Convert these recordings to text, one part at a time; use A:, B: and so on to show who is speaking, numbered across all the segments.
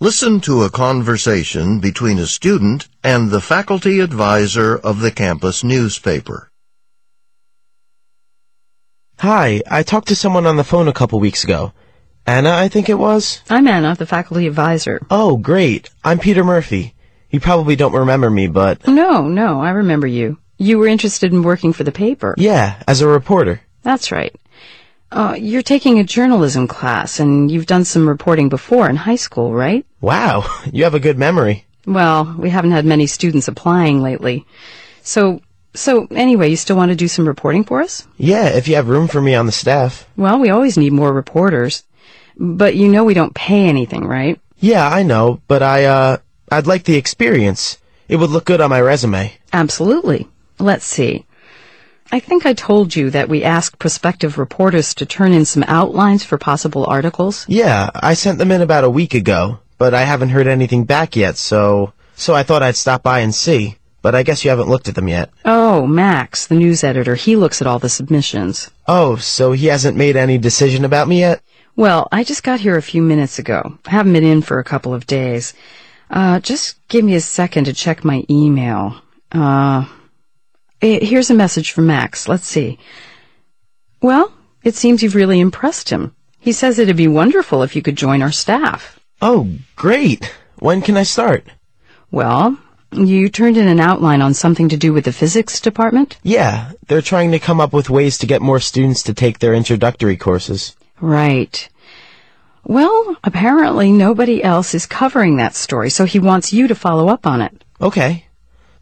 A: Listen to a conversation between a student and the faculty advisor of the campus newspaper.
B: Hi, I talked to someone on the phone a couple weeks ago. Anna, I think it was?
C: I'm Anna, the faculty advisor.
B: Oh, great. I'm Peter Murphy. You probably don't remember me, but
C: No, no, I remember you. You were interested in working for the paper.
B: yeah, as a reporter.
C: That's right. Uh, you're taking a journalism class, and you've done some reporting before in high school, right?
B: Wow, you have a good memory.
C: Well, we haven't had many students applying lately. So, so anyway, you still want to do some reporting for us?
B: Yeah, if you have room for me on the staff.
C: Well, we always need more reporters. But you know we don't pay anything, right?
B: Yeah, I know, but I, uh, I'd like the experience. It would look good on my resume.
C: Absolutely. Let's see. I think I told you that we ask prospective reporters to turn in some outlines for possible articles.
B: Yeah, I sent them in about a week ago, but I haven't heard anything back yet, so, so I thought I'd stop by and see. But I guess you haven't looked at them yet.
C: Oh, Max, the news editor, he looks at all the submissions.
B: Oh, so he hasn't made any decision about me yet?
C: Well, I just got here a few minutes ago. I haven't been in for a couple of days. Uh, just give me a second to check my email. Uh, eh, here's a message from Max. Let's see. Well, it seems you've really impressed him. He says it'd be wonderful if you could join our staff.
B: Oh, great. When can I start?
C: Well, you turned in an outline on something to do with the physics department?
B: Yeah, they're trying to come up with ways to get more students to take their introductory courses.
C: Right. Well, apparently nobody else is covering that story, so he wants you to follow up on it.
B: Okay.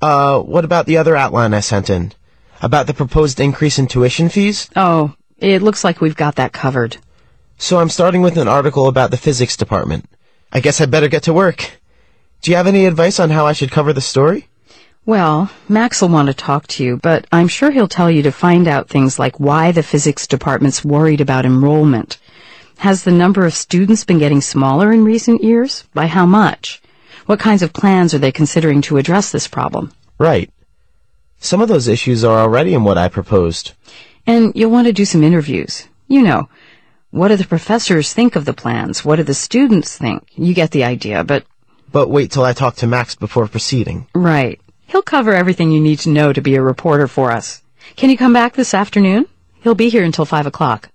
B: Uh, what about the other outline I sent in? About the proposed increase in tuition fees?
C: Oh, it looks like we've got that covered.
B: So I'm starting with an article about the physics department. I guess I'd better get to work. Do you have any advice on how I should cover the story?
C: Well, Max will want to talk to you, but I'm sure he'll tell you to find out things like why the physics department's worried about enrollment. Has the number of students been getting smaller in recent years? By how much? What kinds of plans are they considering to address this problem?
B: Right. Some of those issues are already in what I proposed.
C: And you'll want to do some interviews. You know, what do the professors think of the plans? What do the students think? You get the idea, but
B: But wait till I talk to Max before proceeding.
C: right. He'll cover everything you need to know to be a reporter for us. Can you come back this afternoon? He'll be here until five o'clock.